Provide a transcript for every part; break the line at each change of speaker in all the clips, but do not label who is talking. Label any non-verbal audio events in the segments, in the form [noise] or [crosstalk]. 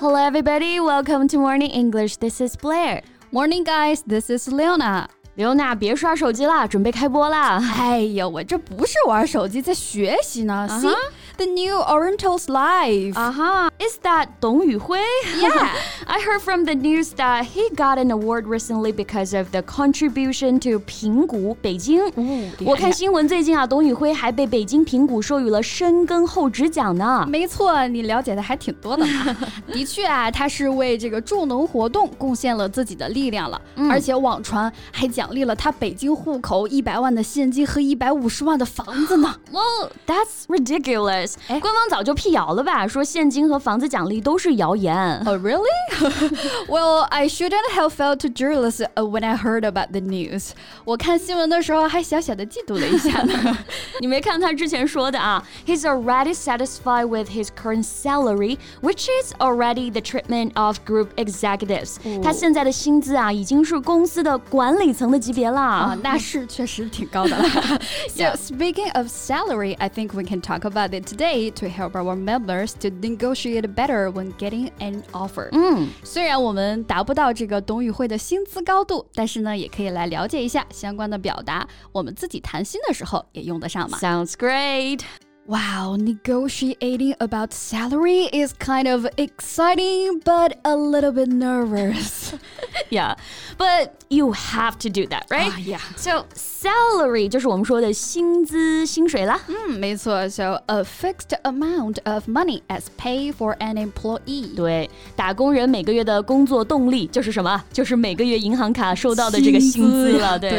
Hello, everybody. Welcome to Morning English. This is Blair.
Morning, guys. This is Leona.
刘娜，别刷手机啦，准备开播啦。
哎呀，我这不是玩手机，在学习呢。
啊哈
See the new Oriental's life.
啊哈、i s that 董宇辉
Yeah.
[laughs] I heard from the news that he got an award recently because of the contribution to 平谷北京。
哦厉害
我看新闻最近啊，董宇辉还被北京平谷授予了深耕厚植奖呢。
没错，你了解的还挺多的嘛。的确啊，他是为这个助农活动贡献了自己的力量了，
嗯
而且网传还奖励了他北京户口一百万的现金和一百五十万的房子呢。
Well, that's ridiculous.
哎
官方早就辟谣了吧，说现金和房子奖励都是谣言。
Oh, really? [laughs] well, I shouldn't have felt jealous uh, when I heard about the news. 我看新闻的时候还小小的嫉妒了一下呢。
[laughs] 你没看他之前说的啊？He's already satisfied with his current salary, which is already the treatment of group executives.
哦
他现在的薪资啊，已经是公司的管理层的级别
啊
啦。，
那是确实挺高 [laughs] 的了。so
Yeah.
speaking of salary, I think we can talk about it today to help our members to negotiate better when getting an offer.
嗯，
虽然我们达不到这个董宇辉的薪资高度，但是呢，也可以来了解一下相关的表达，我们自己谈心的时候也用得上
[laughs]
嘛。
Sounds great. [laughs]
Wow, negotiating about salary is kind of exciting, but a little bit nervous.
Yeah, but you have to do that, right?
Ah, yeah.
So salary 就是我们说的薪资、薪水啦。
嗯，没错，so a fixed amount of money as pay for an employee。
对，打工人每个月的工作动力就是什么？就是每个月银行卡收到的这个薪资了。
薪资
对
呀对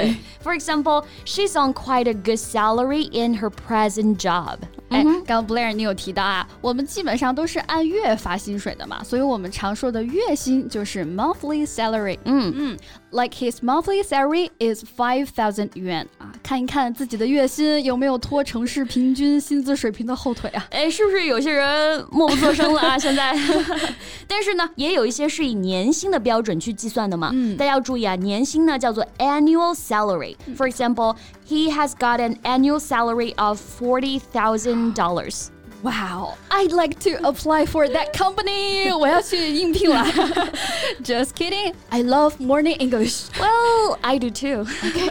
f o r example, she's on quite a good salary in her present job.
哎，刚刚 Blair 你有提到啊，我们基本上都是按月发薪水的嘛，所以我们常说的月薪就是 monthly salary。嗯嗯，like his monthly salary is five thousand yuan 啊，看一看自己的月薪有没有拖城市平均薪资水平的后腿啊。
哎，是不是有些人默不作声了 [laughs] 啊？现在，但是呢，也有一些是以年薪的标准去计算的嘛。嗯，大家要注意啊，年薪呢叫做 annual salary。For example, he has got an annual salary of forty thousand dollars.
Wow, I'd like to apply for that company. 我要去应聘 [laughs] 了。Just kidding, I love morning English.
Well, I do too. [laughs]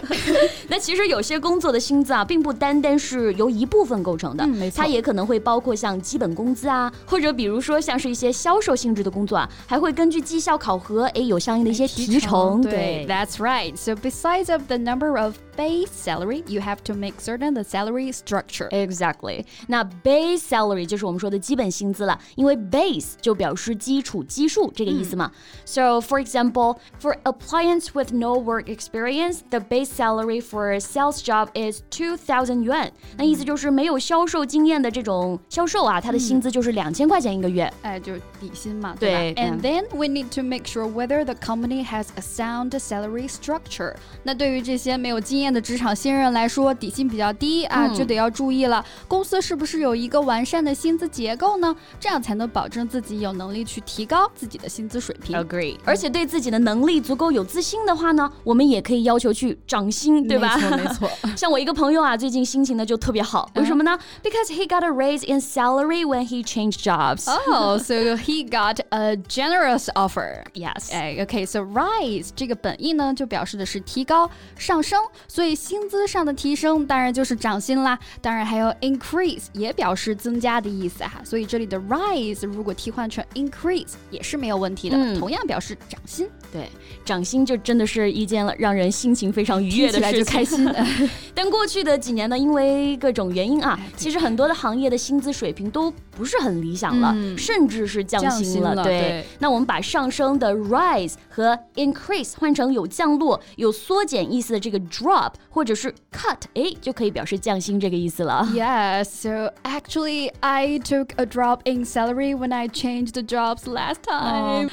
那其实有些工作的薪资啊，并不单单是由一部分构成的，
嗯没错
它也可能会包括像基本工资啊，或者比如说像是一些销售性质的工作啊，还会根据绩效考核，哎，有相应的一些提成。
对，That's right. So besides of the number of base salary, you have to make certain the salary structure.
Exactly，那 base salary 就是我们说的基本薪资了，因为 base 就表示基础、基数这个意思嘛。So for example, for appliance with no work experience, the base salary for a sales job is two thousand yuan。那意思就是没有销售经验的这种销售啊，他的薪资就是两千块钱一个月。
哎，就是底薪嘛，吧
对
？And then we need to make sure whether the company has a sound salary structure. 那对于这些没有经验的职场新人来说，底薪比较低啊，就得要注意了。公司是不是有一个完善的薪资结构呢？这样才能保证自己有能力去提高自己的薪资水平。
Agree。而且对自己的能力足够有自信的话呢，我们也可以要求去涨薪，对吧？
没错，没错。
[laughs]
嗯
像我一个朋友啊，最近心情呢就特别好，为什么呢？Because he got a raise in salary when he changed jobs.
Oh, so he got a generous offer.
Yes.
哎，OK, so rise 这个本意呢，就表示的是提高、上升，所以薪资上的提升当然就是涨薪啦。当然还有 increase 也表示增加的意思哈、所以这里的 rise 如果替换成 increase 也是没有问题的，
嗯
同样表示涨薪。
对，涨薪就真的是一件让人心情非常愉悦的
听起来
事
就
情，
开心
[laughs] 但过去的几年呢，因为各种原因啊，
哎
其实很多的行业的薪资水平都不是很理想了，
嗯
甚至是降
降
薪
薪了
对，
对
那我们把上升的 rise 和 increase 换成有降落、有缩减意思的这个 drop 或者是 cut，哎，就可以表示降薪这个意思了。
Yes, so actually, I took a drop in salary when I changed the jobs last time.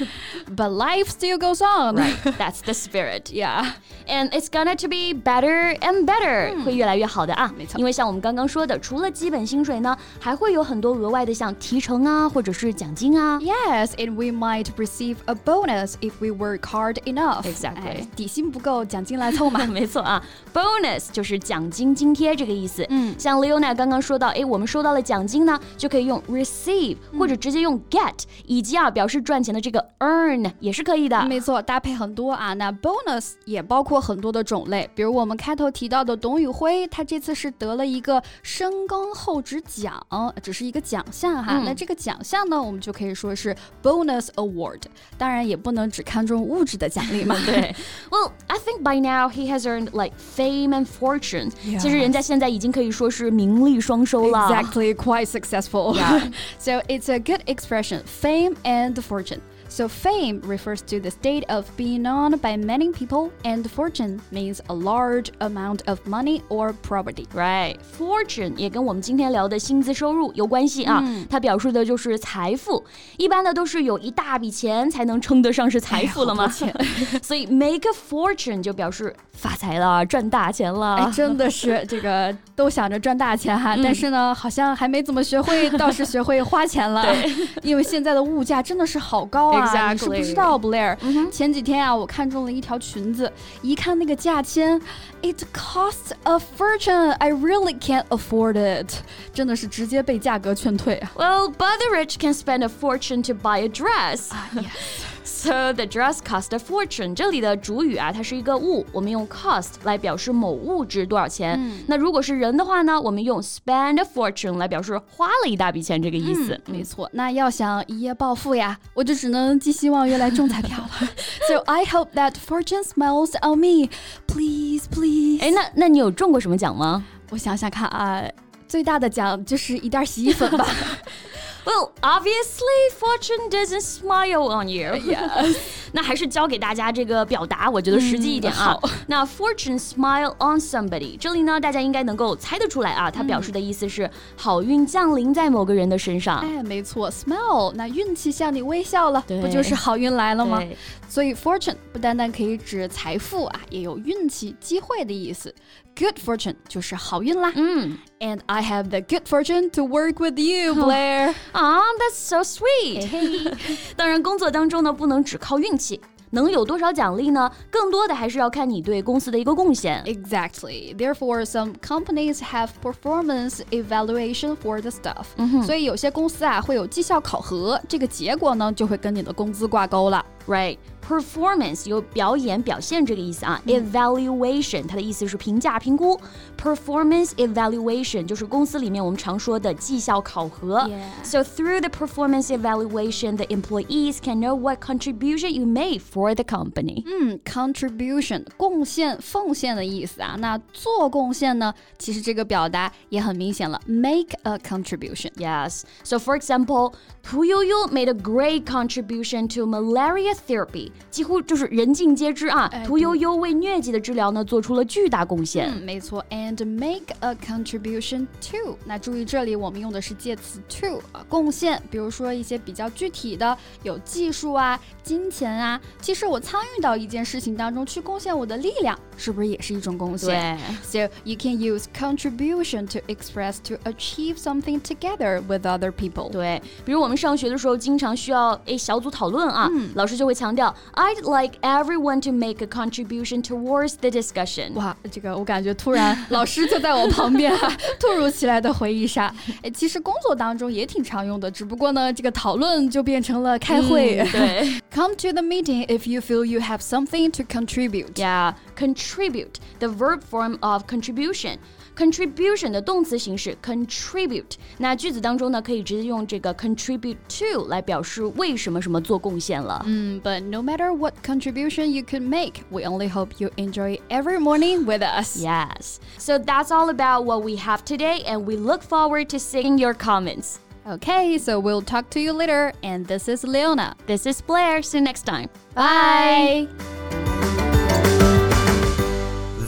But life still goes on.
Oh.
on.
Right, that's the spirit.
[laughs] Yeah. 嗯
And it's gonna to be better and better，、会越来越好的啊。
没错
因为像我们刚刚说的，除了基本薪水呢，还会有很多额外的像提成啊，或者是奖金啊。
Yes, and we might receive a bonus if we work hard enough.
Exactly.。
哎底薪不够，奖金来凑
[laughs]
嘛
没错啊，bonus 就是奖金津贴这个意思。
嗯
像 Leona 刚刚说到，诶，我们收到了奖金呢，就可以用 receive
嗯
或者直接用 get，、以及啊表示赚钱的这个 earn 也是可以的。 [laughs]
没错，搭配很多啊。那 bonus 也包括很多的种类，比如我们开头提到的董宇辉，他这次是得了一个深耕厚植奖，只是一个奖项哈。
嗯
那这个奖项呢，我们就可以说是 bonus award。当然，也不能只看重物质的奖
[laughs]
励嘛。对
Well, I think by now he has earned like fame and fortune.
Yeah.
其实人家现在已经可以说是名利双收了。
，exactly quite successful.
Yeah.
[laughs] so it's a good expression, fame and fortune. So fame refers to the state of being known by many people, and fortune means a large amount of money or property.
Right, fortune 也跟我们今天聊的薪资收入有关系啊。它表示的就是财富，一般呢都是有一大笔钱才能称得上是财富了嘛。 [laughs] 所以 make a fortune 就表示发财了，赚大钱了。
哎，真的是这个都想着赚大钱哈，但是呢，好像还没怎么学会，倒是学会花钱了。因为现在的物价真的是好高啊你是不
Exactly
知道，Blair。前几天啊，我看中了一条裙子，一看那个价钱，It costs a fortune. I really can't afford it。真的是直接被价格劝退啊。
Well, but the rich can spend a fortune to buy a dress.
Ah,
[laughs] So the dress cost a fortune. 这里的主语啊，它是一个物，我们用 cost 来表示某物值多少钱。那如果是人的话呢，我们用 spend a fortune 来表示花了一大笔钱这个意思。
没错，那要想一夜暴富呀，我就只能寄希望于来中彩票了。so I hope that fortune smiles on me. Please, please.
[laughs] 哎，那那你有中过什么奖吗
我想想看啊，最大的奖就是一袋洗衣粉
[laughs]
吧。
？Well, obviously, fortune doesn't smile on [laughs] you.
yes.
那还是教给大家这个表达，我觉得实际一点啊。那 fortune smile on somebody，这里呢，大家应该能够猜得出来啊，它表示的意思是好运降临在某个人的身上。
哎，没错，smile，那运气向你微笑了，
对
不就是好运来了吗
对？
所以 fortune 不单单可以指财富啊，也有运气、机会的意思。Good fortune 就是好运啦。
嗯
And I have the good fortune to work with
[laughs]
you, Blair.
啊，That's so sweet。当 [laughs] 然，工作当中呢，不能只靠运气。能有多少奖励呢？更多的还是要看你对公司的一个贡献。
Exactly. Therefore, some companies have performance evaluation for the staff.
Mm-hmm.
所以有些公司啊会有绩效考核，这个结果呢就会跟你的工资挂钩了。
Right. Performance 有表演、表现这个意思啊。Evaluation 它的意思是评价、评估。Performance evaluation 就是公司里面我们常说的绩效考核。
Yeah.
So through the performance evaluation, the employees can know what contribution you made for the company.
嗯，contribution 贡献、奉献的意思啊。那做贡献呢，其实这个表达也很明显了，make a contribution。
Yes. So for example, Tu Yuyu made a great contribution to malaria therapy. 几乎就是人尽皆知啊，
哎
屠呦呦为疟疾的治疗呢做出了巨大贡献。
嗯，没错，and make a contribution to。那注意这里我们用的是介词 to 啊，贡献，比如说一些比较具体的，有技术啊、金钱啊。其实我参与到一件事情当中去贡献我的力量，是不是也是一种贡献？
对。
So you can use contribution to express to achieve something together with other people.
对，比如我们上学的时候，经常需要诶小组讨论啊，老师就会强调，I'd like everyone to make a contribution towards the discussion。
哇，这个我感觉突然老师就在我旁边 [laughs] 啊，突如其来的回忆杀。哎，其实工作当中也挺常用的，只不过呢，这个讨论就变成了开会。
嗯对
Come to the meeting if you feel you have something to contribute.
，Yeah, contribute, the verb form of contribution. Contribution 的动词形式 contribute，那句子当中呢，可以直接用这个 contribute to 来表示为什么什么做贡献了。
Mm, but no matter what contribution you could make, we only hope you enjoy every morning with us.
Yes, so that's all about what we have today, and we look forward to seeing your comments.
Okay, so we'll talk to you later. And this is Leona.
This is Blair. See you next time.
Bye.